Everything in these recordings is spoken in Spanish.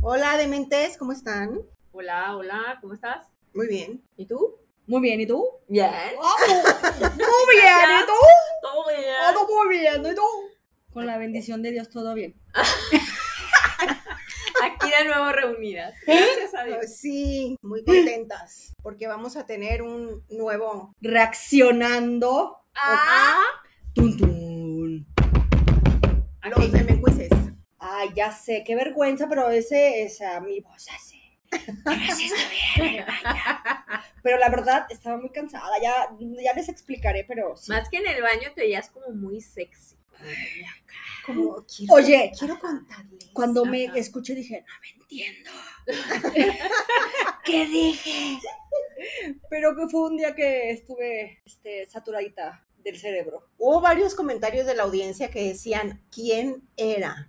Hola, dementes, ¿cómo están? Hola, hola, ¿cómo estás? Muy bien. ¿Y tú? Muy bien, ¿y tú? Bien. Muy bien, ¿y tú? Todo bien. Todo muy bien, ¿y tú? Con la bendición de Dios, todo bien. Aquí de nuevo reunidas. Gracias a Dios. Pues sí, muy contentas porque vamos a tener un nuevo. Reaccionando. Ah, Tun, tun. Los de Mencuices. Ay, ya sé, qué vergüenza, pero ese es a mi voz, ya sé. Pero sí está bien, ay, ya. Pero la verdad, estaba muy cansada. Ya, ya les explicaré, pero sí. más que en el baño te veías como muy sexy. Como quiero, Oye, quiero contarles. cuando me Ajá. escuché dije, no me entiendo. ¿Qué dije? Pero que fue un día que estuve este, saturadita del cerebro. Hubo varios comentarios de la audiencia que decían quién era.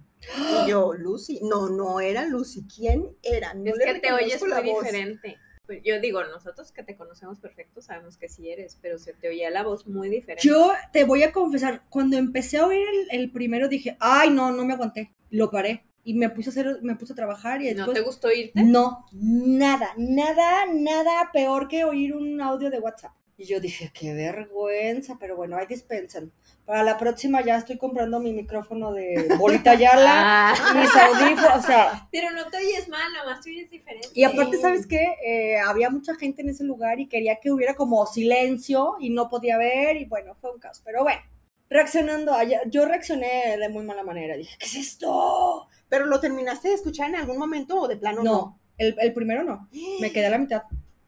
Y yo, Lucy. No, no era Lucy. ¿Quién era? No es le que te reconozco oyes la muy voz. diferente. Pues Yo digo, nosotros que te conocemos perfecto sabemos que sí eres, pero se te oía la voz muy diferente. Yo te voy a confesar, cuando empecé a oír el, el primero dije, ay, no, no me aguanté, lo paré y me puse a hacer, me puse a trabajar y ¿No después te gustó irte? no, nada, nada, nada peor que oír un audio de WhatsApp. Y yo dije, qué vergüenza, pero bueno, ahí dispensan. Para la próxima ya estoy comprando mi micrófono de bolita Yala, Ah, mis audífonos, o sea. pero no te oyes mal, nada más te oyes diferente. Y aparte, ¿sabes qué? Eh, había mucha gente en ese lugar y quería que hubiera como silencio y no podía ver y bueno, fue un caos. Pero bueno, reaccionando, a- yo reaccioné de muy mala manera. Dije, ¿qué es esto? Pero lo terminaste de escuchar en algún momento o de plano No, no. El, el primero no. Me quedé a la mitad.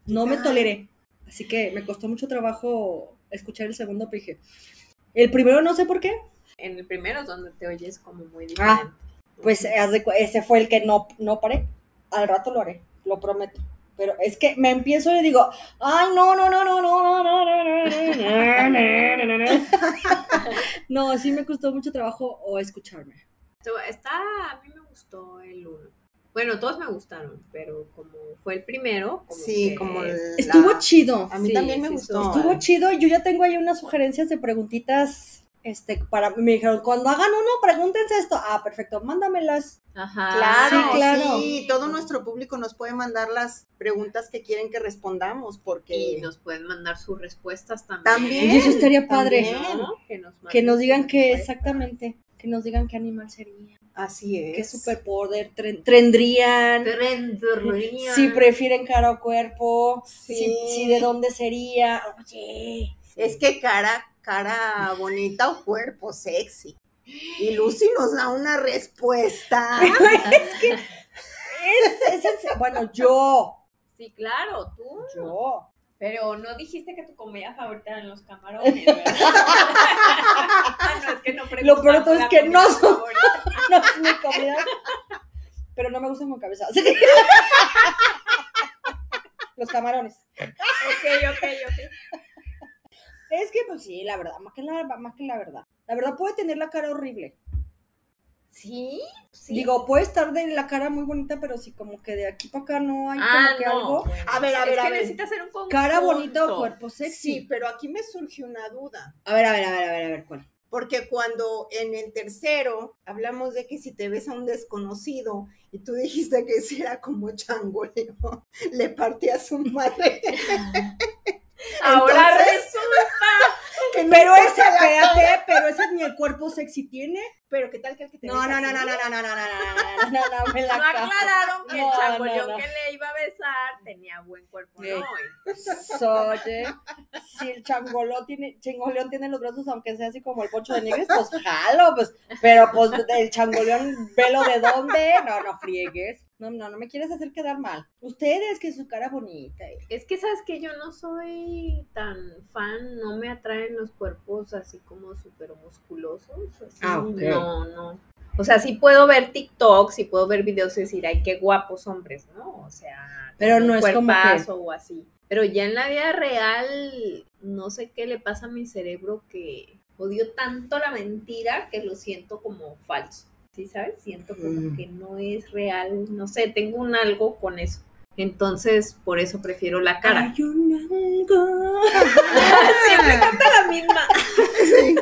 No me tal? toleré. Así que me costó mucho trabajo escuchar el segundo, pero dije, el primero no sé por qué. En el primero es donde te oyes como muy Ah. diferente. Pues haz de cu- ese fue el que no, no paré. Al rato lo haré, lo prometo. Pero es que me empiezo y digo, ay, no, no, no, no, no, no, no, no, no, no, no, no, no, no". No, sí me costó mucho trabajo o escucharme. So, Está, a mí me gustó el uno. Bueno, todos me gustaron, pero como fue el primero, como Sí, que- como la- Estuvo chido. A mí Sí, también me sí, gustó. eh. Estuvo chido. Yo ya tengo ahí unas sugerencias de preguntitas. Este, para, me dijeron, cuando hagan uno, pregúntense esto. Ah, perfecto, mándamelas. Ajá. Claro, sí, Sí, claro. todo nuestro público nos puede mandar las preguntas que quieren que respondamos, Y porque nos pueden mandar sus respuestas también. También, Oye, eso estaría padre. también. ¿no? Que nos, manden Que nos digan sus qué respuestas. exactamente. Que nos digan qué animal sería. así es. ¿Qué superpoder tren- tendrían? Tendrían. Si prefieren cara o cuerpo. Sí. Si, si de dónde sería. Oye. Es que cara, cara bonita o cuerpo sexy. Y Lucy nos da una respuesta. Es- es en se- bueno, yo. Sí, claro, tú. Yo. Pero no dijiste que tu comida favorita eran los camarones, ¿verdad? Ah, no, es que no Lo peor de todo es preguntamos que la comida no son- favorita. No es mi comida. Pero no me gustan con cabeza. Los camarones. Ok, ok, ok. Es que, pues sí, la verdad, más que la, más que la verdad. La verdad puede tener la cara horrible. Sí, sí. Digo, puede estar de la cara muy bonita, pero sí, como que de aquí para acá no hay como que algo. A ver, a Ah, Es ver, a que ver. necesitas hacer un conjunto. Cara bonita o cuerpo sexy. Sí, pero aquí me surge una duda. A ver, a ver, a ver, a ver, a ver, ¿cuál? Porque cuando en el tercero hablamos de que si te ves a un desconocido y tú dijiste que ese era como changoleo, le partía a su madre. Ahora Entonces- resulta. que no Pero ese, pasa la- espérate, pero ese ni el cuerpo sexy tiene. Pero qué tal que el que te No, ves no, no, así? no, no, no, no, no, no, no, no, no, no, me la No aclararon que el No, no, changoleón no. que le iba a besar tenía buen cuerpo, ¿no? Sí. cago. Oye, si el changolón tiene, changoleón tiene los brazos, aunque sea así como el pocho de Nieves, pues jalo, pues, pero pues el changoleón, velo de dónde, no, no friegues. No, no, no me quieres hacer quedar mal. Ustedes, que su cara bonita. eh. Es que sabes que yo no soy tan fan, no me atraen los cuerpos así como súper musculosos. así, Ah, ok. No, no. O sea, sí puedo ver TikTok, sí puedo ver videos y decir, ay, qué guapos hombres, ¿no? O sea, Pero un no es como que- cuerpazo o así. Pero ya en la vida real, no sé qué le pasa a mi cerebro que odio tanto la mentira que lo siento como falso. ¿Sí sabes? Siento como Mm. que no es real, no sé, tengo un algo con eso. Entonces, por eso prefiero la cara. Hay un algo. Siempre canta la misma. Sí.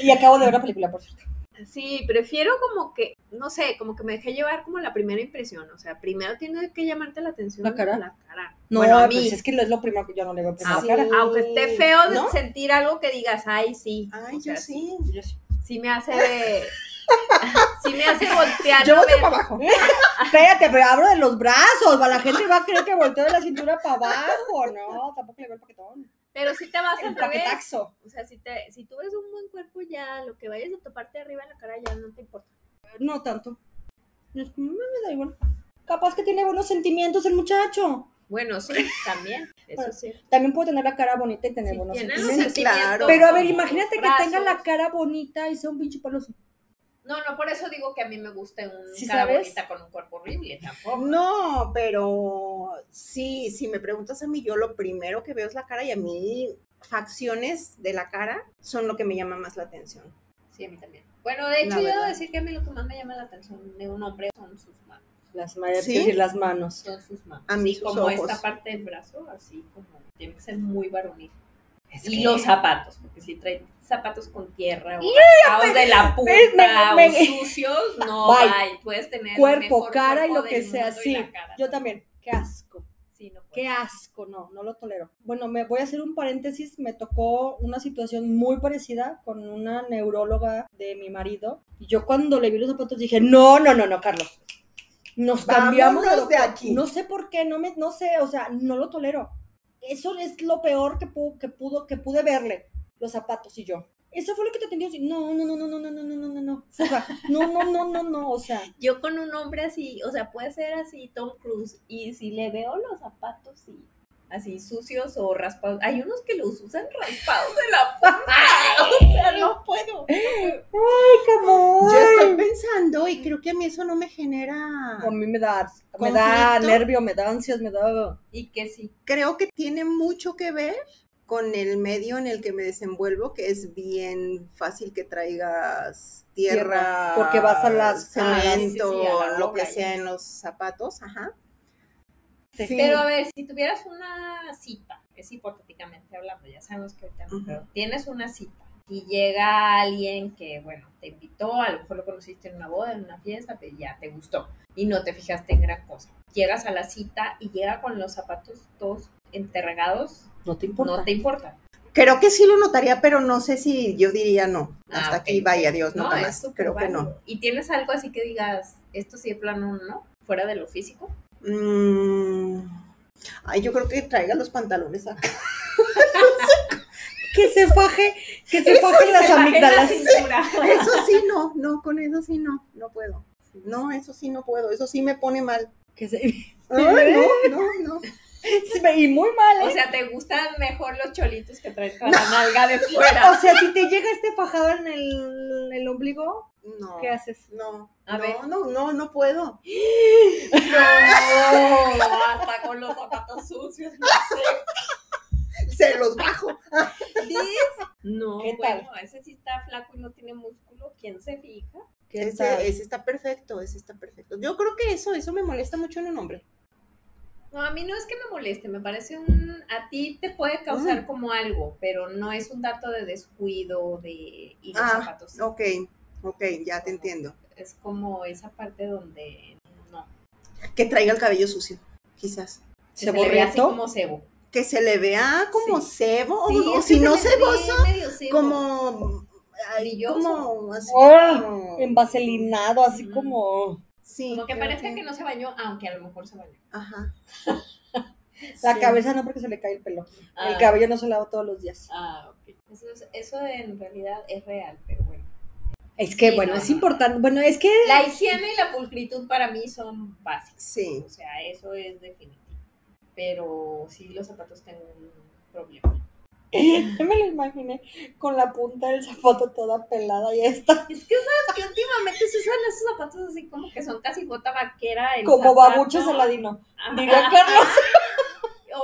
Y acabo de ver la película, por cierto. Sí, prefiero como que, no sé, como que me dejé llevar como la primera impresión. O sea, primero tiene que llamarte la atención ¿La cara? cara. No, bueno, a mí, pues es que lo- es lo primero que yo no le veo por Ah, la cara. aunque esté feo de ¿No? sentir algo que digas, ay, sí. Ay, O sea, yo sí. Yo sí. Sí me hace de... sí me hace voltear. Yo a volteo ver. para abajo. Espérate, pero abro de los brazos. va, La gente va a creer que volteo de la cintura para abajo. No, tampoco le veo el paquetón. Pero sí te vas El al revés. paquetaxo. O sea, si, te, si tú ves un buen cuerpo ya, lo que vayas a toparte arriba en la cara ya no te importa. No tanto. No, es como, no, me da igual. Capaz que tiene buenos sentimientos el muchacho. Bueno, sí, también. Eso Bueno, sí. también puede tener la cara bonita y tener Sí, buenos tiene los sentimientos. sentimientos, sentimientos Pero a como ver, imagínate que tenga brazos. la cara bonita y sea un pinche paloso. No, no, por eso digo que a mí me gusta un ¿Sí cara sabes? bonita con un cuerpo horrible tampoco. No, pero sí, si me preguntas a mí, yo lo primero que veo es la cara y a mí facciones de la cara son lo que me llama más la atención. Sí, a mí también. Bueno, de hecho, La yo debo verdad. decir que a mí lo que más me llama la atención de un hombre son sus manos. Las manos ¿Sí? y las manos. Son sus manos. A mí sí, sus como ojos. esta parte del brazo, así como tiene que ser muy varonil. y los zapatos, porque si trae zapatos con tierra o rasgados de la punta me- pues! me- me- o sucios, no, Bye. bye. Puedes tener el Cuerpo, mejor cara y cuerpo lo que del sea, mundo y la sí. cara. Yo también. Qué asco. Sí, no puedo. Qué asco, no, no lo tolero. Bueno, me voy a hacer un paréntesis. Me tocó una situación muy parecida con una neuróloga de mi marido. Y yo cuando le vi los zapatos dije, no, no, no, no, Carlos. Nos cambiamos. Vámonos de doctor". aquí. No sé por qué, no me, no sé, o sea, no lo tolero. Eso es lo peor que pudo, que pudo, que pude verle, los zapatos y yo. Eso fue lo que te atendió. No, no, no, no, no, no, no, no, no, no, no. Fuga. No, no, no, no, no. O sea, Yo con un hombre así, o sea, puede ser así Tom Cruise, y si le veo los zapatos y así sucios o raspados, hay unos que los usan raspados de la punta, o sea, no puedo. como. Yo estoy pensando y creo que a mí eso no me genera. A mí me da, me da Conflicto. nervio, me da ansias, me da. Y que sí, Creo que tiene mucho que ver con el medio en el que me desenvuelvo, que es bien fácil que traigas tierra, Tierra, porque vas a las- cemento, Ah, sí, sí, a la lo obra que y- sea en los zapatos, ajá. Sí. Sí. pero a ver, si tuvieras una cita, es hipotéticamente hablando, ya sabemos que ahorita no, Ujú. pero tienes una cita y llega alguien que, bueno, te invitó, a lo mejor lo conociste en una boda, en una fiesta, pero ya te gustó y no te fijaste en gran cosa. Llegas a la cita y llega con los zapatos todos enterrados No te No te importa. Creo que sí lo notaría, pero no sé si yo diría no. Ah, Hasta ok. aquí, vaya Dios, no, es más. súper Creo que no. válido. Y tienes algo así que digas, esto sí de plano no, fuera de lo físico. Mm, Ay, yo creo que traiga los pantalones acá. Que se faje, que se fajen las Se bajé la amígdalas. cintura. Eso sí, no, no, con eso sí, no, no puedo. No, eso sí, no puedo. Eso sí me pone mal. Que se- Ay, no, no, no. Sí, me- y muy mal, O ¿eh? sea, ¿te gustan mejor los cholitos que traes con la nalga de fuera? O sea, si te llega este fajado en el, el ombligo, No, ¿qué haces? no, A no, ver. no, no, no puedo. No, hasta con los zapatos sucios, no sé. Se los bajo. No, ¿Qué bueno, ese sí está flaco y no tiene músculo, ¿quién se fija? ¿Qué tal? Ese, ese está perfecto, ese está perfecto. Yo creo que eso, eso me molesta mucho en un hombre. No, a mí no es que me moleste, me parece un... A ti te Mm. puede causar como algo, pero no es un dato de descuido de... Y los Ah, zapatos. Ok, ok, ya te entiendo. Es como esa parte donde... No. Que traiga el cabello sucio, quizás. que ¿Se le vea así borreó? como cebo. que se le vea como Sí. sebo Sí, o, o es si que Oh, no le ve ceboso, medio cebo. como ay, Brilloso. como así ¡Oh! Ah, como- Envaselinado, así Mm. como. sí, Como que creo parezca que... no se bañó, aunque a lo mejor se bañó. ajá La Sí. cabeza no, porque se le cae el pelo. Ah, El cabello no se lava todos los días. Ah, ok. Eso, es- eso en realidad es real, pero bueno. Es que, Sí, bueno, no, es no. importante. Bueno, es que La higiene y la pulcritud para mí son básicas. Sí. O sea, eso es definitivo. Pero sí, los zapatos tengo un problema. yo me lo imaginé con la punta del zapato toda pelada y está Es que sabes que últimamente se usan esos zapatos así como que son casi bota vaquera. el como zapato. babuchos el ladino. Ajá. Digo, Carlos.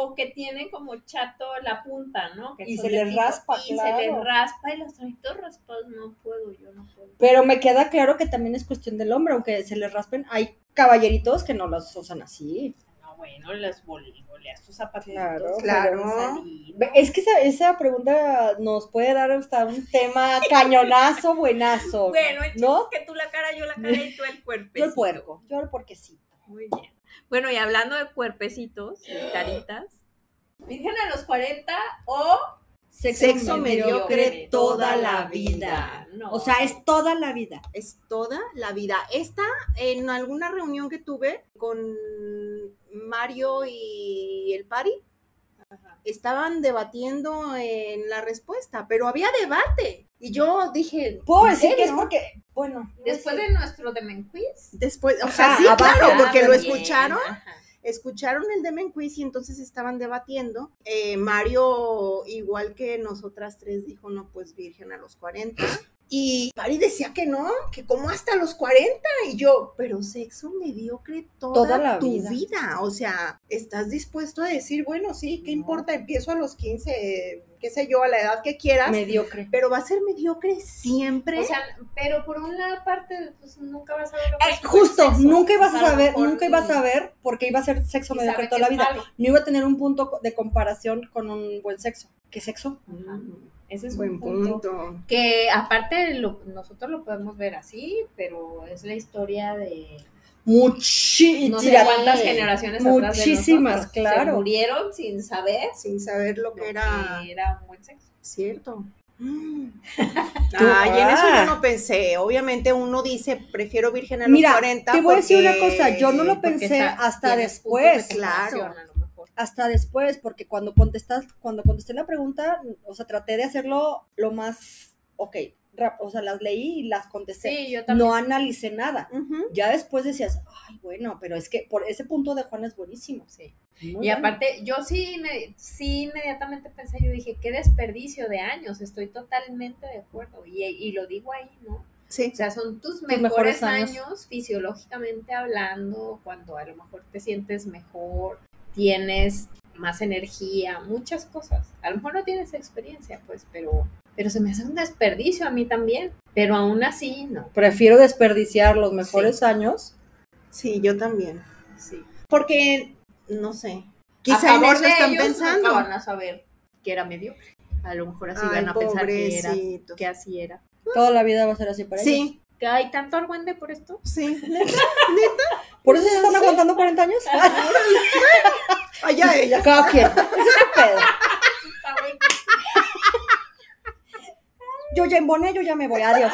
o que tienen como chato la punta, ¿no? Que Y son se de les pico. raspa, Y claro. se les raspa y los trajitos raspados no puedo, yo no puedo. Pero me queda claro que también es cuestión del hombre, aunque se les raspen. Hay caballeritos que no los usan así. No, bueno, las bol- boleas tus zapatitos. Claro, claro. pueden salir, ¿no? Ve, Es que esa, esa pregunta nos puede dar hasta un tema cañonazo, buenazo. Bueno, el chiste ¿No? es que tú la cara, yo la cara y tú el cuerpecito. Yo el puerco, yo el puerquecito. Muy bien. Bueno, y hablando de cuerpecitos y caritas. Virgen a los 40 o Sexo mediocre toda la vida. No. O sea, es toda la vida. es toda la vida. Esta, en alguna reunión que tuve con Mario y el Pari, estaban debatiendo en la respuesta, pero había debate. Y yo dije, Puedo ¿en decir que es serio? porque, bueno, Después de nuestro Demen Quiz. Después, o sea, Ajá, sí, abajo. claro, porque lo también, escucharon, ajá. escucharon el Demen Quiz y entonces estaban debatiendo. Eh, Mario, igual que nosotras tres, dijo, no, pues virgen a los 40. Y Pari decía que no, que como hasta los 40. Y yo, pero sexo mediocre toda, Toda la tu vida. vida. O sea, ¿estás dispuesto a decir, bueno, sí, qué No. importa? Empiezo a los 15, qué sé yo, a la edad que quieras. mediocre. Pero va a ser mediocre siempre. O sea, pero por una parte, pues nunca vas a ver lo que es Eh, justo, sexo. nunca ibas Pues, a saber, lo mejor nunca ibas a ni- ver porque iba a ser sexo ni sabe mediocre toda que la es vida. malo. No iba a tener un punto co- de comparación con un buen sexo. ¿Qué sexo? Ese es Buen un punto. punto. Que aparte lo- nosotros lo podemos ver así, pero es la historia de Muchísimas. no sé cuántas generaciones atrás de Muchísimas, nosotros. Se claro. murieron sin saber Sin saber lo lo que era. que era un buen sexo. Cierto. Ay, en eso Mm. ah. yo no pensé. Obviamente uno dice, prefiero virgen a los Mira, 40. te voy a decir una porque- cosa, yo no lo Porque pensé está- hasta tienes puntos de después. claro. comparación, a lo mejor. hasta después, porque cuando contestas, cuando contesté la pregunta, o sea, traté de hacerlo lo más, ok, rap- o sea, las leí y las contesté. Sí, yo también. no analicé nada. Ujú. Ya después decías, ay, bueno, pero es que por ese punto de Juan es buenísimo. sí. Muy Y bueno. aparte, yo sí, inme- sí inmediatamente pensé, yo dije, qué desperdicio de años, estoy totalmente de acuerdo. Y, y lo digo ahí, ¿no? Sí. O sea, son tus mejores, mejores años. años. fisiológicamente hablando, cuando a lo mejor te sientes mejor, tienes más energía, muchas cosas. A lo mejor no tienes experiencia, pues, pero, pero se me hace un desperdicio a mí también. Pero aún así, no. Prefiero desperdiciar los mejores años. Sí, yo también. Sí. Porque, no sé. a Quizá en favor eso de están ellos, pensando. nunca van a saber que era mediocre. A lo mejor así Ay, van a pensar que, era, pobrecitos. que así era. Toda la vida va a ser así para ellos. Sí, Que hay tanto argüende por esto. sí. ¿Por eso se están aguantando 40 años? Ay, ya, ella. Cada quien. Ese es el pedo. Está bueno. Yo ya emboné, yo ya me voy. Adiós.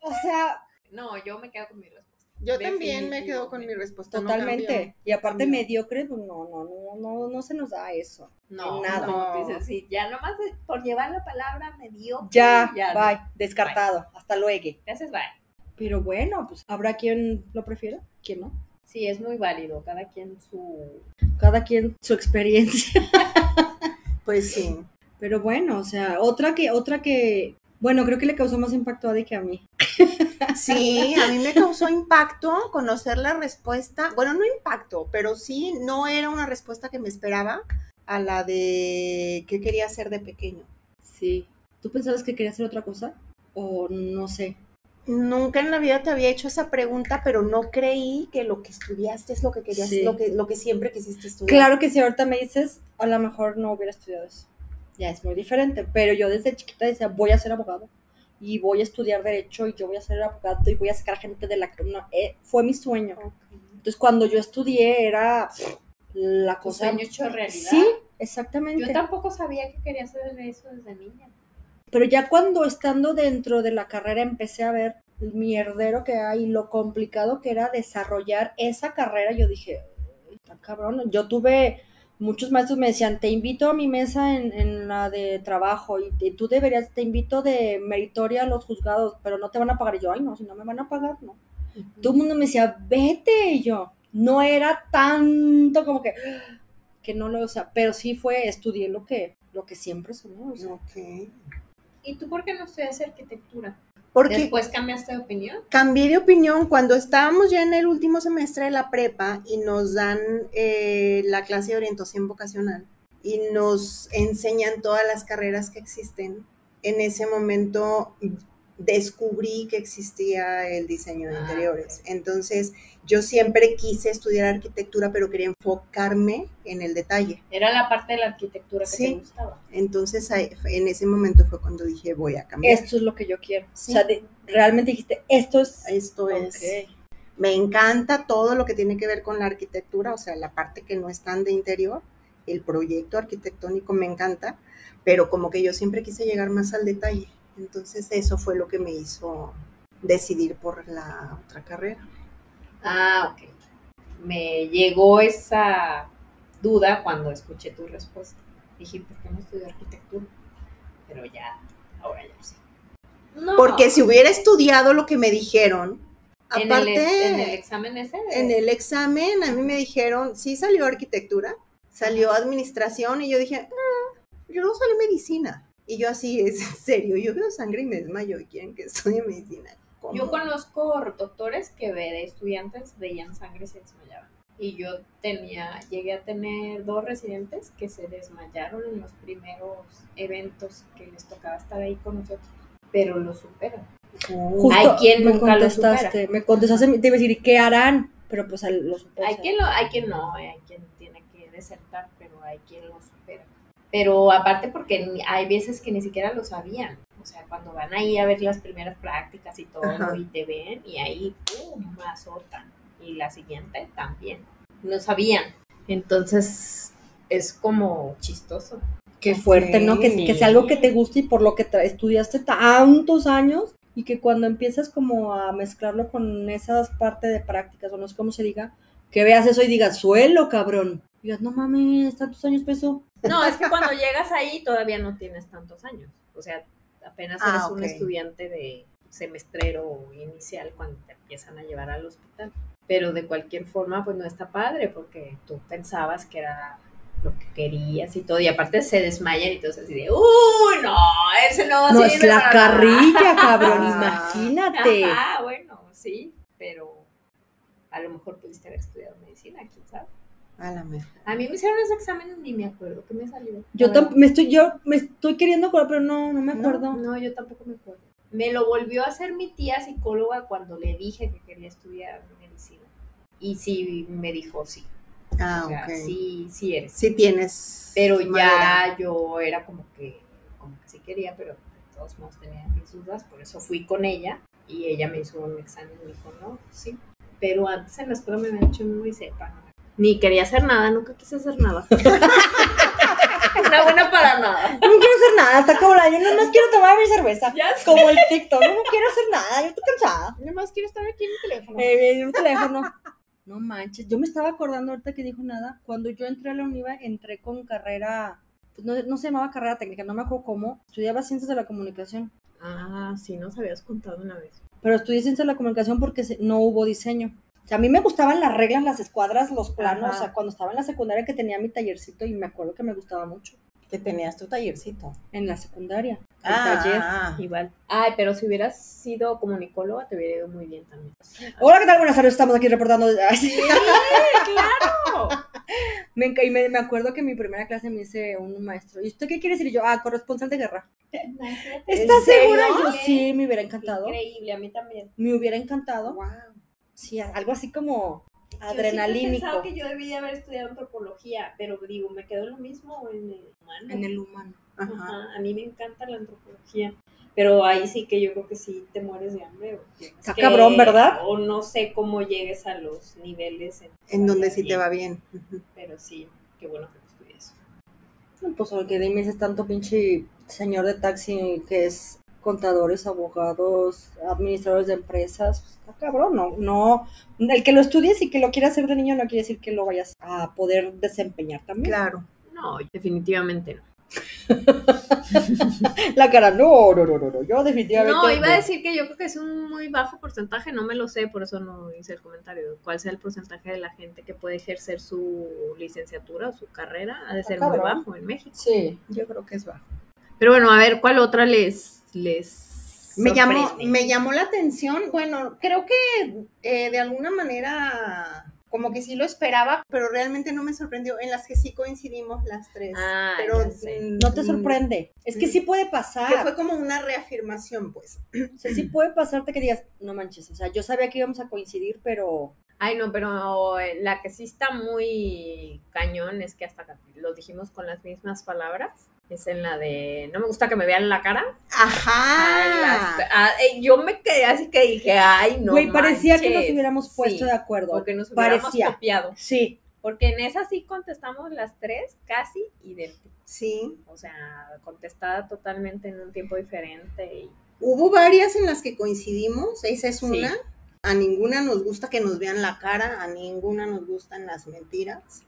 O sea, No, yo me quedo con mi respuesta. Yo también me quedo con mi respuesta. no totalmente. cambio. y aparte Cambio. mediocre, pues, no, no, no, no, no se nos da eso. No, Nada. no, dices, sí, ya nomás de- por llevar la palabra me dio. Ya, ya bye, descartado, hasta luego. Gracias, bye. Pero bueno, pues habrá quien lo prefiera, quien no. Sí, es muy válido, cada quien su... Cada quien su experiencia. Pues sí. Pero bueno, o sea, otra que, otra que, bueno, creo que le causó más impacto a Adi que a mí. Sí, a mí me causó impacto conocer la respuesta. Bueno, no impacto, pero sí no era una respuesta que me esperaba a la de qué quería hacer de pequeño. Sí. ¿Tú pensabas que quería hacer otra cosa? O no sé. Nunca en la vida te había hecho esa pregunta, pero no creí que lo que estudiaste es lo que querías, Sí. lo que lo que siempre quisiste estudiar. Claro que si ahorita me dices, a lo mejor no hubiera estudiado eso. Ya es muy diferente, pero yo desde chiquita decía, voy a ser abogado y voy a estudiar derecho y yo voy a ser abogado y voy a sacar gente de la... No, eh, fue mi sueño. Entonces, cuando yo estudié, era pff, la Pues, Tu cosa. sueño hecho realidad. Sí, Yo exactamente. tampoco sabía que quería hacer eso desde niña. Pero ya cuando estando dentro de la carrera empecé a ver el mierdero que hay, lo complicado que era desarrollar esa carrera, yo dije, "Ay, tan cabrón. Yo tuve muchos maestros me decían, te invito a mi mesa en, en la de trabajo y, te- tú deberías, te invito de meritoria a los juzgados, pero no te van a pagar. Y yo, ay, no, si no me van a pagar, no. Todo el mundo me decía, vete. Y yo, no era tanto como que, que no lo, o sea, pero sí fue, estudié lo que, lo que siempre soñé. o sea, Ok. ¿Y tú por qué no estudias arquitectura? Porque ¿Después cambiaste de opinión? cambié de opinión cuando estábamos ya en el último semestre de la prepa y nos dan eh, la clase de orientación vocacional y nos enseñan todas las carreras que existen. En ese momento descubrí que existía el diseño de Ah, interiores. Entonces, yo siempre quise estudiar arquitectura, pero quería enfocarme en el detalle. Era la parte de la arquitectura que Sí. te gustaba. Entonces, ahí- en ese momento fue cuando dije, voy a cambiar. Esto es lo que yo quiero. Sí. O sea, de- realmente dijiste, esto es... Esto es... Ok. Me encanta todo lo que tiene que ver con la arquitectura, o sea, la parte que no es tan de interior, el proyecto arquitectónico me encanta, pero como que yo siempre quise llegar más al detalle. Entonces eso fue lo que me hizo decidir por la otra carrera. Ah, ok. Me llegó esa duda cuando escuché tu respuesta. Dije, ¿por qué no estudié arquitectura? Pero ya, ahora ya lo sé. No, Porque si hubiera estudiado lo que me dijeron, en el, aparte en el examen ese, de- en el examen a mí me dijeron, sí salió arquitectura, salió administración y yo dije, "Ah, yo no salí medicina. Y yo así, es en serio, yo veo sangre y me desmayo y quieren que estudie medicina. ¿Cómo? Yo conozco doctores que ve- estudiantes veían sangre y se desmayaban. Y yo tenía, llegué a tener dos residentes que se desmayaron en los primeros eventos que les tocaba estar ahí con nosotros, pero lo superan. Oh, Justo Hay quien me nunca lo contestaste, me contestaste, te iba a decir, ¿qué harán? Pero pues al- lo supe, o Hay sea, quien, lo, hay quien no, eh, hay quien tiene que desertar, pero hay quien lo supera. Pero aparte porque ni- hay veces que ni siquiera lo sabían. O sea, cuando van ahí a ver las primeras prácticas y todo, Ajá. y te ven, y ahí, ¡pum!, azotan. Y la siguiente también. No sabían. Entonces, es como chistoso. Qué fuerte, ¿no? Que, que sea algo que te guste y por lo que tra- estudiaste tantos años y que cuando empiezas como a mezclarlo con esas partes de prácticas, o no sé cómo se diga, que veas eso y digas, suelo, cabrón. Y digas, no mames, tantos años peso. No, es que cuando llegas ahí todavía no tienes tantos años. O sea, apenas Ah, eres un ok. estudiante de semestrero o inicial cuando te empiezan a llevar al hospital. Pero de cualquier forma, pues no está padre porque tú pensabas que era lo que querías y todo. Y aparte se desmayan y todo es así de, ¡uh! No, ese no, No, sirve es la para nada". carrilla, cabrón, Ah. imagínate. Ajá, bueno, sí, pero a lo mejor pudiste haber estudiado medicina, quién sabe. a la mejor. A mí me hicieron ese examen y ni me acuerdo qué me salió. Yo, La tam- me estoy, yo me estoy queriendo acordar, pero no, no me No, acuerdo. No, yo tampoco me acuerdo. Me lo volvió a hacer mi tía psicóloga cuando le dije que quería estudiar medicina. Y sí, me dijo sí. Ah, o sea, ok. Sí. sí, sí eres. tienes. Pero madera. ya yo era como que, como que sí quería, pero de todos modos tenía mis dudas, por eso fui con ella y ella me hizo un examen y me dijo, no, pues sí. Pero antes en la escuela me habían hecho muy sepa. Ni quería hacer nada, nunca quise hacer nada. Una buena para nada. Yo no quiero hacer nada, está como la, yo no más quiero tomar mi cerveza. Ya Como el TikTok, yo no quiero hacer nada, yo estoy cansada. Nada más quiero estar aquí en mi teléfono. Eh, me dio un teléfono. No manches, yo me estaba acordando ahorita que dijo nada. Cuando yo entré a la UNIVA, entré con carrera, pues no, no se llamaba carrera técnica, no me acuerdo cómo. Estudiaba ciencias de la comunicación, Ah, sí, nos habías contado una vez. pero estudié ciencias de la comunicación porque se- no hubo diseño. O sea, a mí me gustaban las reglas, las escuadras, los planos. Ajá. O sea, cuando estaba en la secundaria que tenía mi tallercito y me acuerdo que me gustaba mucho. Que tenías tu tallercito. En la secundaria, el taller. Ah, Igual. Ay, pero si hubieras sido comunicóloga, te hubiera ido muy bien también. Hola, ¿qué tal? Buenas tardes, estamos aquí reportando. Ay, sí. ¡Claro! Me, enca- y me, me acuerdo que en mi primera clase me dice un maestro, ¿y usted qué quiere decir? Y yo, ah, corresponsal de guerra. ¿Estás serio? segura? Yo, sí, me hubiera encantado. Increíble, a mí también. Me hubiera encantado. wow. Sí, algo así como Yo siempre adrenalínico. pensaba que yo debía haber estudiado antropología, pero digo, me quedó lo mismo en el humano. En el humano. Ajá. Ajá, a mí me encanta la antropología. Pero ahí sí que yo creo que sí te mueres de hambre. o tienes Está que- Ah, cabrón, ¿verdad? O no sé cómo llegues a los niveles. En, En donde sí te va bien. Ujú. Pero sí, qué bueno que lo estudias. No, Pues porque dime es tanto pinche señor de taxi que es contadores, abogados, administradores de empresas, pues, está cabrón, no, no, el que lo estudies y que lo quiera hacer de niño no quiere decir que lo vayas a poder desempeñar también. Claro. No, definitivamente no. La cara, no, no, no, no, no, yo definitivamente. No, iba a decir que yo creo que es un muy bajo porcentaje, no me lo sé, por eso no hice el comentario. ¿Cuál sea el porcentaje de la gente que puede ejercer su licenciatura o su carrera? Ha de Está ser muy cabrón. bajo en México. Sí. Yo creo que es bajo. Pero bueno, a ver, ¿cuál otra les... les Me llamó, sorprende? me llamó la atención, bueno, creo que eh, de alguna manera como que sí lo esperaba, pero realmente no me sorprendió, en las que sí coincidimos las tres. Ah, pero ya sé. mm, No te mm, sorprende. Es Mm. que sí puede pasar. Que fue como una reafirmación, pues. O sea, sí puede pasarte que digas, no manches, o sea, yo sabía que íbamos a coincidir, pero Ay, no, pero la que sí está muy cañón es que hasta lo dijimos con las mismas palabras. Es en la de no me gusta que me vean la cara. Ay, las- ah, eh, yo me quedé así que dije, ay, no. güey, parecía que nos manches. hubiéramos puesto Sí, de acuerdo. O que nos hubiéramos Parecía. copiado. Sí, Porque en esa sí contestamos las tres casi idénticas. Sí. O sea, contestada totalmente en un tiempo diferente. Y... Hubo varias en las que coincidimos, esa es Sí. una. A ninguna nos gusta que nos vean la cara, a ninguna nos gustan las mentiras.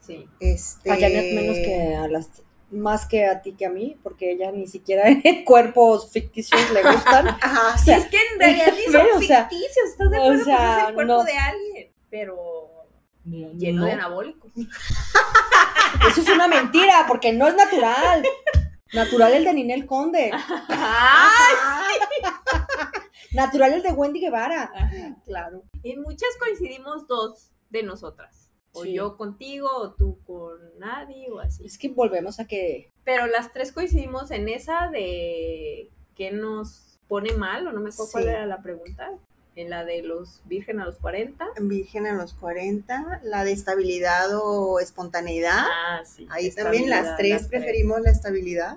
Sí. Este... a Janet menos que a las más que a ti que a mí, porque ella ni siquiera cuerpos ficticios le gustan. Ajá, O sea, es que en realidad ni ve, son o sea, ficticios, ¿estás de o acuerdo? Pues sea, es el cuerpo no. de alguien. Pero lleno no, de anabólicos. Eso es una mentira, porque no es natural. Natural el de Ninel Conde, Ajá, natural el de Wendy Guevara. claro. En muchas coincidimos dos de nosotras. O Sí. yo contigo, o tú con nadie, o así. Es que volvemos a que Pero las tres coincidimos en esa de que nos pone mal, o no me acuerdo cuál Sí. era la pregunta. En la de los virgen a los 40. Virgen a los 40, la de estabilidad o espontaneidad. Ah, sí. Ahí también las estabilidad, tres preferimos la estabilidad.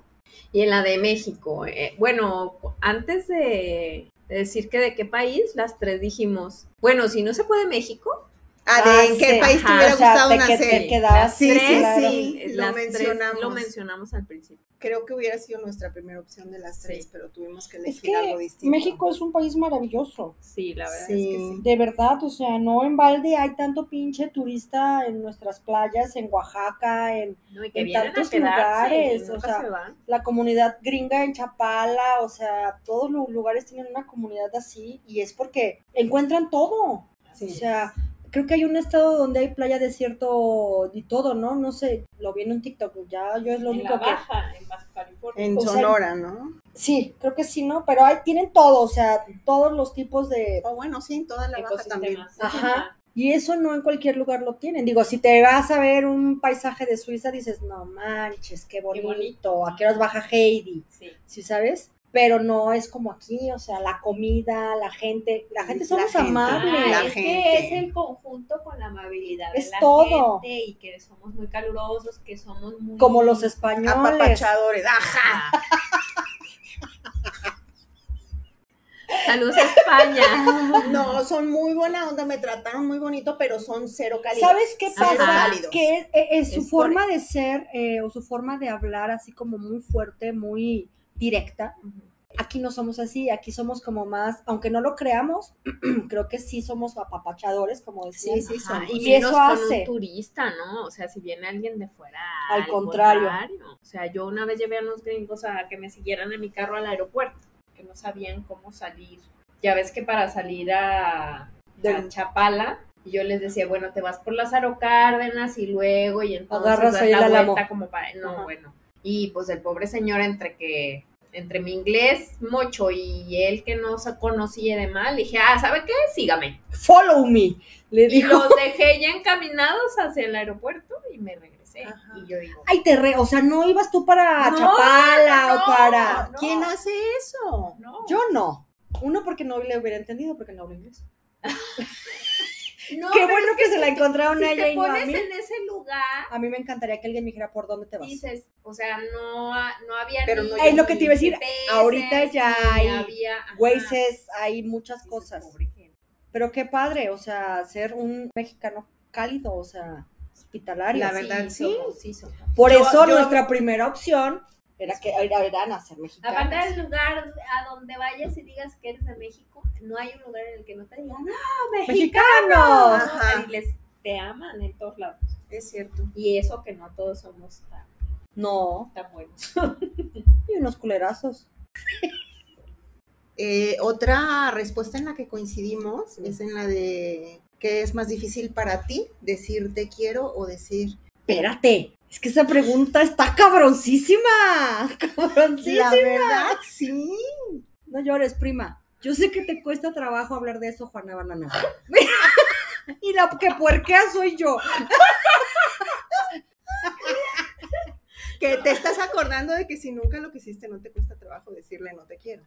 Y en la de México. eh, bueno, antes de de decir que de qué país, las tres dijimos, bueno, si no se puede México, Ah, de Ah, en qué sí, país te ajá, hubiera o sea, gustado de que nacer. te quedabas Sí, sí, claro. sí, lo las tres lo mencionamos. mencionamos al principio. Creo que hubiera sido nuestra primera opción de las Sí. tres, pero tuvimos que elegir Es que algo distinto. México es un país maravilloso. Sí, la verdad es que Sí. sí. De verdad, o sea, no en balde hay tanto pinche turista en nuestras playas, en Oaxaca, en No, y que En vienen a tantos quedarse y lugares, o nunca sea, se van. la comunidad gringa, en Chapala, o sea, todos los lugares tienen una comunidad así y es porque encuentran todo. O sea, creo que hay un estado donde hay playa, desierto y todo, ¿no? No sé, lo vi en un TikTok, ya yo es lo en único la que... baja, en Baja California. En O sea, Sonora, ¿no? Sí, creo que sí, ¿no? Pero ahí tienen todo, o sea, todos los tipos de... O bueno, sí, en toda la baja también. ecosistemas. Ajá. Y eso no en cualquier lugar lo tienen. Digo, si te vas a ver un paisaje de Suiza, dices, no manches, qué bonito, bonito. ¿a qué horas baja Heidi? Sí. ¿Sí sabes? Pero no es como aquí, o sea, la comida, la gente, la gente La somos gente. amables. La Ah, es gente. que es el conjunto con la amabilidad Es de la todo. gente y que somos muy calurosos, que somos muy Ah. Como los españoles. Apapachadores. Ajá. Ajá. Saludos a España. No, son muy buena onda, me trataron muy bonito, pero son cero calidad. ¿Sabes qué Ajá. pasa? Cálidos. Que es, eh, eh, su Es por- forma de ser eh, o su forma de hablar así como muy fuerte, muy directa. Aquí no somos así, aquí somos como más, aunque no lo creamos, creo que sí somos apapachadores, como decían. Sí, sí, Ajá, son. y Y menos eso con hace. un turista, ¿no? O sea, si viene alguien de fuera. Al contrario. O sea, yo una vez llevé a unos gringos a que me siguieran en mi carro al aeropuerto, que no sabían cómo salir. Ya ves que para salir a, a Del- Chapala, yo les decía, bueno, te vas por Lázaro Cárdenas y luego, y entonces Agarras das ahí la la vuelta Alamo. como para. No, Ajá. bueno. Y pues el pobre señor entre que entre mi inglés mocho y él que no se conocía de mal, dije, ah, ¿sabe qué? Sígame. Follow me, le Y dijo. los dejé ya encaminados hacia el aeropuerto y me regresé. Ajá. Y yo digo, Ay, te re, o sea, no ibas tú para No, Chapala no, o para. no. ¿Quién hace eso? no, Yo no. Uno porque no le hubiera entendido porque no hablo inglés. no, Qué pero bueno es que, se la encontraron si a ella te y no a pones mí. en ese lugar, A mí me encantaría que alguien me dijera por dónde te vas. dices, o sea, no, ha- no había Pero ni no- Es lo que te iba a decir, GPS, ahorita ya ni hay había, ajá. Güeyes, hay muchas Dices, cosas. pobre gente. Pero qué padre, o sea, ser un mexicano cálido, o sea, hospitalario. La verdad, somos, sí somos. Por Yo- eso yo- nuestra primera opción Era que era, eran a ser mexicanos. Aparte del lugar a donde vayas y digas que eres de México, no hay un lugar en el que no te digan, ¡ah, mexicano! Mexicanos. Ajá. Y les, te aman en todos lados. Es cierto. Y eso que no todos somos tan, No, tan buenos. y unos culerazos. Eh, otra respuesta en la que coincidimos es en la de ¿qué es más difícil para ti? Decir te quiero o decir Espérate, es que esa pregunta está cabroncísima. la Cabroncísima. Ah. verdad, "Ah, sí. No llores, prima. Yo sé que te cuesta trabajo hablar de eso, Juana Banana. y la que puerquea soy yo. Que te estás acordando de que si nunca lo quisiste no te cuesta trabajo decirle no te quiero.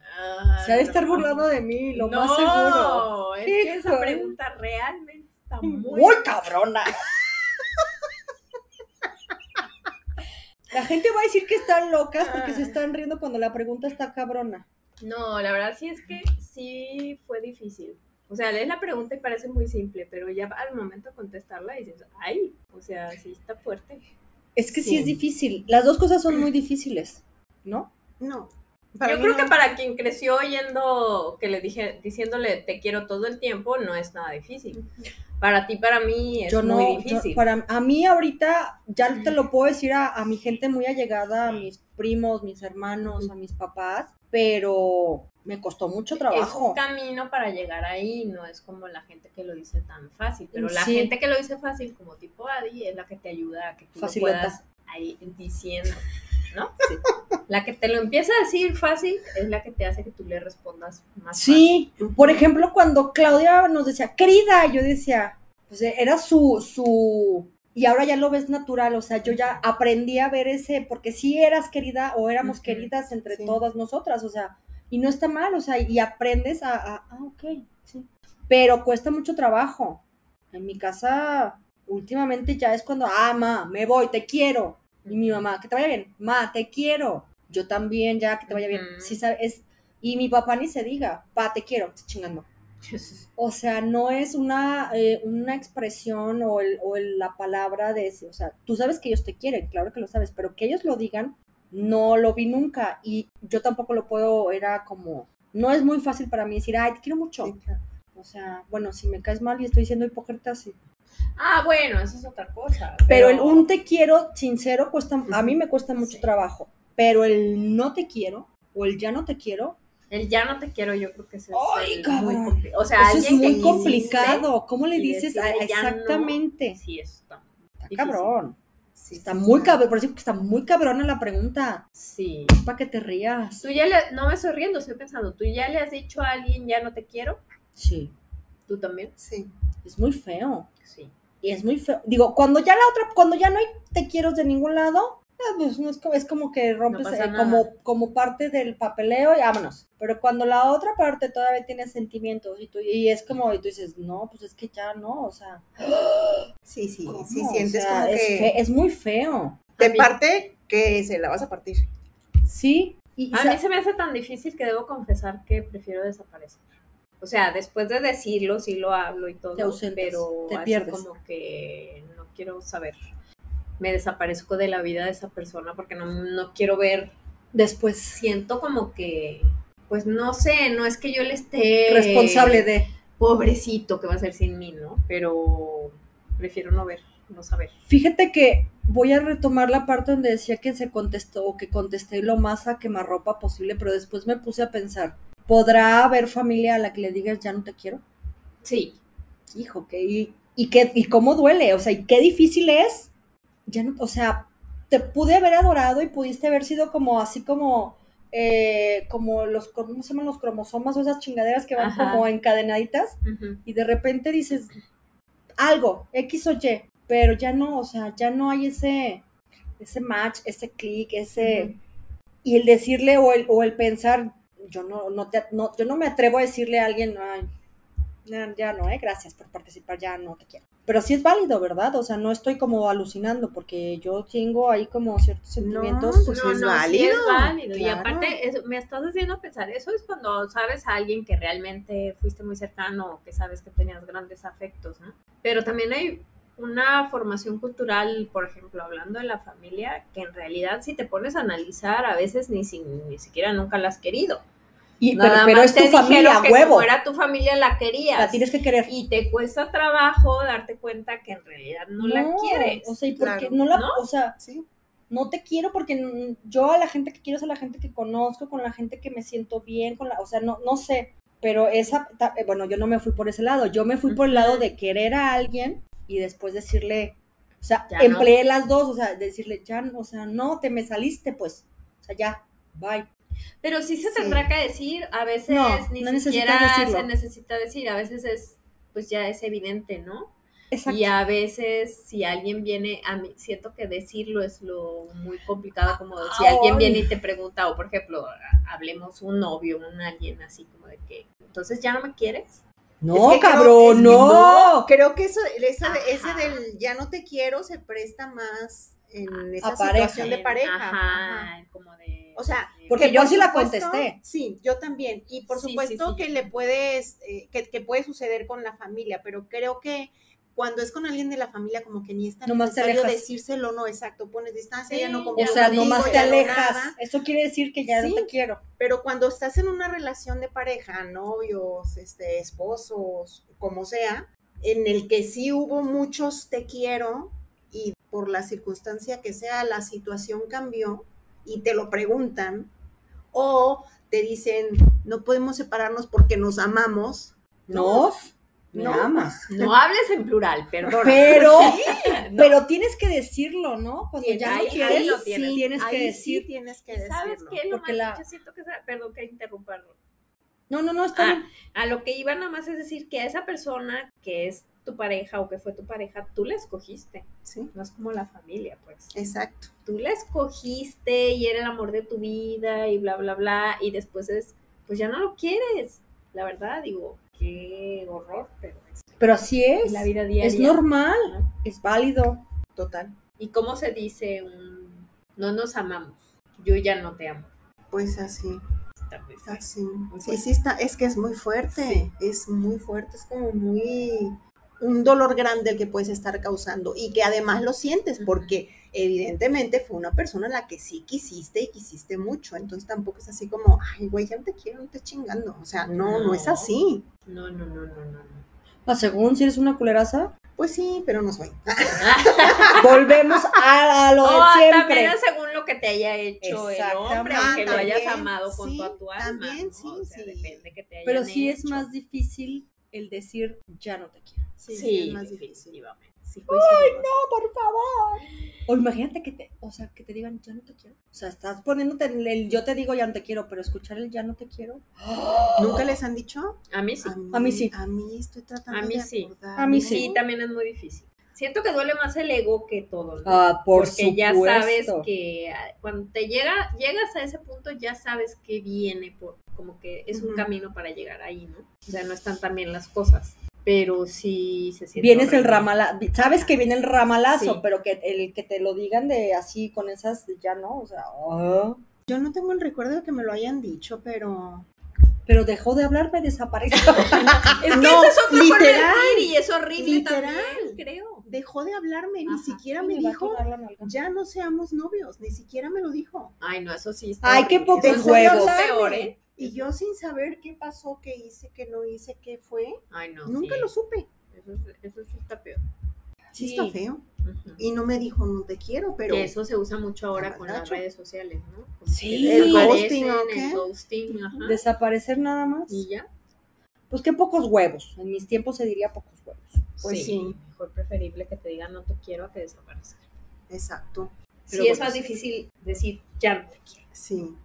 Se ha de estar burlando de mí, lo más Ah, No, seguro. es que esa Híjole. pregunta realmente está muy... Muy cabrona. La gente va a decir que están locas porque se están riendo cuando la pregunta está cabrona. No, la verdad sí es que sí fue difícil. O sea, lees la pregunta y parece muy simple, pero ya al momento de contestarla dices, ay, o sea, sí está fuerte. Es que sí. Sí. es difícil. Las dos cosas son muy difíciles, ¿no? No. para Yo mí creo no. que para quien creció oyendo que le dije, diciéndole te quiero todo el tiempo, no es nada difícil. Para ti, para mí es yo no, muy yo- difícil. para, a mí ahorita ya te lo puedo decir a, a mi gente muy allegada, a mis primos, mis hermanos, a mis papás, pero me costó mucho es un trabajo. camino para llegar ahí, no es como la gente que lo dice tan fácil, pero la Sí. gente que lo dice fácil, como tipo Adi, es la que te ayuda a que tú lo Facilita. puedas ahí diciendo, ¿no? La que te lo empieza a decir fácil es la que te hace que tú le respondas más Sí, por ejemplo, cuando Claudia nos decía, querida, yo decía, pues era su, su, y ahora ya lo ves natural, o sea, yo ya aprendí a ver ese, porque si eras querida o éramos Ujú, queridas entre sí. todas nosotras, o sea, y no está mal, o sea, y aprendes a, a- ah, ok, sí, pero cuesta mucho trabajo. En mi casa, últimamente ya es cuando, ah, ma, me voy, te quiero. Y mi mamá, que te vaya bien, ma, te quiero. Yo también, ya, que te vaya bien. Ujú. Sí, sabe- es, y mi papá ni se diga, pa, te quiero, estoy chingando. fácil. O sea, no es una, eh, una expresión o, el- o el- la palabra de ese. O sea, tú sabes que ellos te quieren, claro que lo sabes, pero que ellos lo digan, no lo vi nunca. Y yo tampoco lo puedo, era como, no es muy fácil para mí decir, ay, te quiero mucho. Sí, claro. O sea, bueno, si me caes mal y estoy siendo hipócrita, sí. Ah, bueno, eso es otra cosa. Pero el un te quiero sincero cuesta, a mí me cuesta mucho Sí. trabajo. Pero el no te quiero o el ya no te quiero, el ya no te quiero, yo creo que ese es ¡Ay, el cabrón! muy compli- O sea, eso es alguien que muy insiste, complicado. ¿Cómo le y dices a- decirle ya no. exactamente? Sí, eso está. Está difícil. cabrón. Sí, Está sí, muy está. cabrón, por eso que está muy cabrona la pregunta. Sí. Es para que te rías. Tú ya le, no me estoy riendo, estoy pensando, tú ya le has dicho a alguien ya no te quiero, Sí. tú también. Sí. Es muy feo. Sí. Y es muy feo. Digo, cuando ya la otra, cuando ya no hay te quiero de ningún lado, ah, pues, no es, co- es como que rompes pasa eh, nada. como, como parte del papeleo y vámonos. Pero cuando la otra parte todavía tiene sentimientos y, tú, y es como, y tú dices, no, pues es que ya no, o sea, Sí, sí, ¿cómo? sí O sientes sea, como es, que fe- es muy feo. de A mí- parte que se la vas a partir. Sí. Y, y A sa- mí se me hace tan difícil que debo confesar que prefiero desaparecer. O sea, después de decirlo, sí lo hablo y todo, Te ausentas, pero te así pierdes. como que no quiero saber. Me desaparezco de la vida de esa persona porque no, no quiero ver. después, Siento como que, pues no sé, no es que yo le esté responsable de. pobrecito que va a ser sin mí, ¿no? Pero prefiero no ver, no saber. Fíjate que voy a retomar la parte donde decía que se contestó o que contesté lo más a quemarropa posible, pero después me puse a pensar, ¿podrá haber familia a la que le digas ya no te quiero? Sí, Hijo, que y, y qué y cómo duele, o sea, y qué difícil es. Ya no, o sea, te pude haber adorado y pudiste haber sido como así como eh, como los ¿cómo se llaman los cromosomas o esas chingaderas que van Ajá. como encadenaditas ujú, y de repente dices algo, X o Y, pero ya no, o sea, ya no hay ese, ese match, ese clic, ese... Ujú. Y el decirle o el, o el pensar, yo no, no, te- no, yo no me atrevo a decirle a alguien, "Ay, ya, ya no, eh, gracias por participar, ya no te quiero. Pero sí es válido, ¿verdad? O sea, no estoy como alucinando porque yo tengo ahí como ciertos sentimientos. pues no, es no, sí válido, es válido. Y claro. aparte, es- me estás haciendo pensar, eso es cuando sabes a alguien que realmente fuiste muy cercano o que sabes que tenías grandes afectos, ¿no? Pero también hay una formación cultural, por ejemplo, hablando de la familia, que en realidad si te pones a analizar, a veces ni, si- ni siquiera nunca la has querido. Y, pero Nada pero más es tu te dijeron familia, que huevo. Como era tu familia, la querías. La tienes que querer. Y te cuesta trabajo darte cuenta que en realidad no, la quieres. O sea, ¿y por Claro. qué no la, ¿No? o sea, Sí. no te quiero porque n- yo a la gente que quiero es a la gente que conozco, con la gente que me siento bien, con la, o sea, no, no sé, pero esa, ta- eh, bueno, yo no me fui por ese lado, yo me fui por el lado de querer a alguien y después decirle, o sea, Ya no. empleé las dos, o sea, decirle, ya, no, o sea, no, te me saliste, pues, o sea, ya, bye. Pero sí se Sí. tendrá que decir, a veces No, ni no necesitas siquiera decirlo. se necesita decir, a veces es, pues ya es evidente, ¿no? Exacto. Y a veces si alguien viene, a mí siento que decirlo es lo muy complicado, como si Ay. alguien viene y te pregunta, o por ejemplo, ha- hablemos un novio, un alguien así como de que, entonces ya no me quieres. No, Es que creo- es cabrón, que no. Creo que eso, esa de- ese Ajá. del ya no te quiero se presta más en esa A pareja. situación de pareja. Ajá, Ajá. como de... O sea, de- Porque Que yo por sí la supuesto- contesté. Sí, yo también. Y por Sí, sí, supuesto sí, que yo le también. puedes, eh, que, que puede suceder con la familia, pero creo que cuando es con alguien de la familia, como que ni es tan Nomás te necesario alejas. decírselo, decírselo, no, exacto, pones distancia, Sí, ya no O convivo sea, contigo, nomás te ya no alejas. nada. Eso quiere decir que ya Sí. no te quiero. Pero cuando estás en una relación de pareja, novios, este, esposos, como sea, en el que sí hubo muchos te quiero y por la circunstancia que sea la situación cambió y te lo preguntan o te dicen no podemos separarnos porque nos amamos. Nos, me No. amas. No hables en plural, perdón. Pero, no. pero tienes que decirlo, ¿no? Cuando Tienes- ya no ahí- quieres, ahí lo sí tienes. tienes, que Ahí sí decir. tienes que ¿Y ¿Sabes decirlo. qué? Lo Porque más- la- yo siento que, esa- perdón que interrumpa, No, no, no, está Ah, bien. a lo que iba nada más es decir que a esa persona que es tu pareja o que fue tu pareja, tú la escogiste, Sí, no es como la familia, pues. exacto. Tú la escogiste y era el amor de tu vida y bla, bla, bla, y después es, pues ya no lo quieres. La verdad, digo, qué horror, pero es Pero así es. la vida diaria. Es normal, ¿no? es válido. Total. ¿Y cómo se dice un, no nos amamos? Yo ya no te amo. Pues así, tal vez. así. Sí, fuerte. sí está, es que es muy fuerte, es muy fuerte, es como muy un dolor grande el que puedes estar causando y que además lo sientes Ujú. porque evidentemente fue una persona a la que sí quisiste y quisiste mucho, entonces tampoco es así como, ay, güey, ya no te quiero, no te chingando, o sea, no, no, es No. así. No, no, no, no, no. no. Ah, según si eres una culeraza, Pues sí, pero no soy. volvemos a, a lo No, de siempre. Oh, ah, también es según lo que te haya hecho el hombre, Exactamente. aunque lo hayas Ah, También, amado con sí, toda tu alma. también, ¿no? sí, O sea, sí. depende que te hayan Pero sí es hecho. más difícil el decir ya no te quiero. Sí, Sí, sí, es más difícil. pues definitivamente. Sí, coincidimos. No, por favor. O imagínate que te, o sea, que te digan ya no te quiero. O sea, estás poniéndote en el yo te digo ya no te quiero, pero escuchar el ya no te quiero. ¿Nunca les han dicho? A mí sí. mí, A mí sí. A mí estoy tratando A mí de sí. acordarme. A mí Sí, también es muy difícil. Siento que duele más el ego que todo. ¿no? Ah, por Porque ya sabes supuesto. que ah, cuando te llega, llegas a ese punto, ya sabes que viene, por, como que es un Ujú. camino para llegar ahí, ¿no? O sea, no están tan bien las cosas. Pero sí se siente. Vienes el horrible. ramalazo, sabes que viene el ramalazo, Sí. pero que el que te lo digan de así con esas ya no, o sea, ah. Yo no tengo el recuerdo de que me lo hayan dicho, pero pero dejó de hablarme, desapareció. Es que No, esa es otra forma de literal, decir y es horrible literal. también, creo. dejó de hablarme, ni Ajá. siquiera me va a dijo, quebrar la nalga. ya no seamos novios, ni siquiera me lo dijo. Ay, no, eso sí está Ay, qué horrible. poco Eso es juego. lo peor, ¿eh? Y yo sin saber qué pasó, qué hice, qué no hice, qué fue, Ay, no, nunca sí. lo supe. Eso, es- eso sí está peor. Sí, Sí. está feo. Ujú. Y no me dijo, no te quiero, pero... que eso se usa mucho ahora Está con mal las gacho. redes sociales, ¿no? Como Sí. que El ghosting, desaparecen, ¿o el qué? ghosting, ajá. Desaparecer nada más. Y ya. Pues qué pocos huevos, en mis tiempos se diría pocos huevos. Pues sí. Mejor preferible que te digan no te quiero a que desaparezca. Exacto. Sí, Pero es bueno, más difícil decir ya no te quiero. Sí.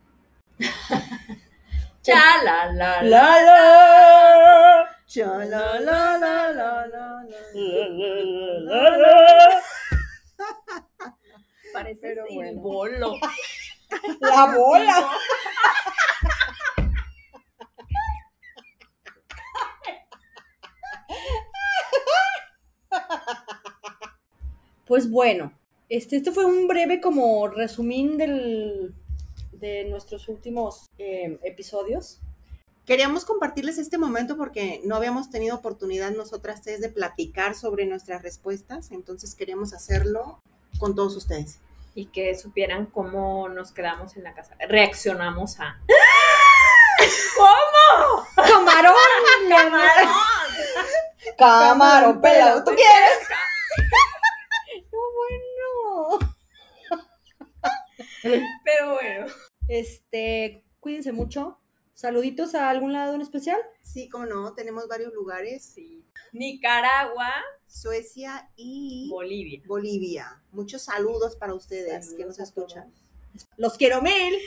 Ya, la, la, la. La, la, Cha, la, la, la, la, la, la. la, la, la, la. Parece pero el bueno. bolo. La bola. Pues bueno, este, esto fue un breve como resumín del, de nuestros últimos eh, episodios. Queríamos compartirles este momento porque no habíamos tenido oportunidad nosotras tres de platicar sobre nuestras respuestas, entonces queríamos hacerlo con todos ustedes. Y que supieran cómo nos quedamos en la casa. Reaccionamos a. Camarón, camarón, camarón pelado, ¿tú quieres? No, bueno. Pero bueno. Este, cuídense mucho. Saluditos a algún lado en especial. Sí, como no, tenemos varios lugares, Sí. Nicaragua, Suecia y Bolivia. Bolivia. Muchos saludos para ustedes que nos Saludos a todos. escuchan. Los quiero mil.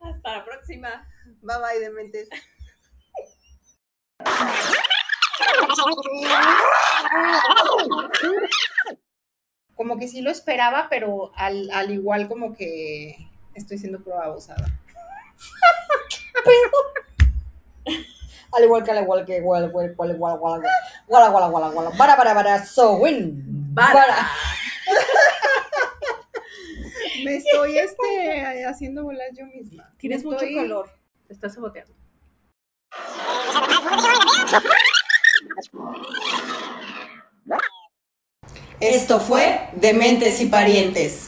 Hasta la próxima. Bye bye, dementes. Como que sí lo esperaba, pero al, al igual como que estoy siendo prueba abusada. Al igual que al igual que igual, igual, igual, igual, igual, igual, igual, igual, igual, igual. Bara, bara, bara, so win. Bara. Me estoy este, haciendo volar yo misma. Tienes Me mucho estoy- color. Te estás saboteando. Esto fue Dementes y Parientes.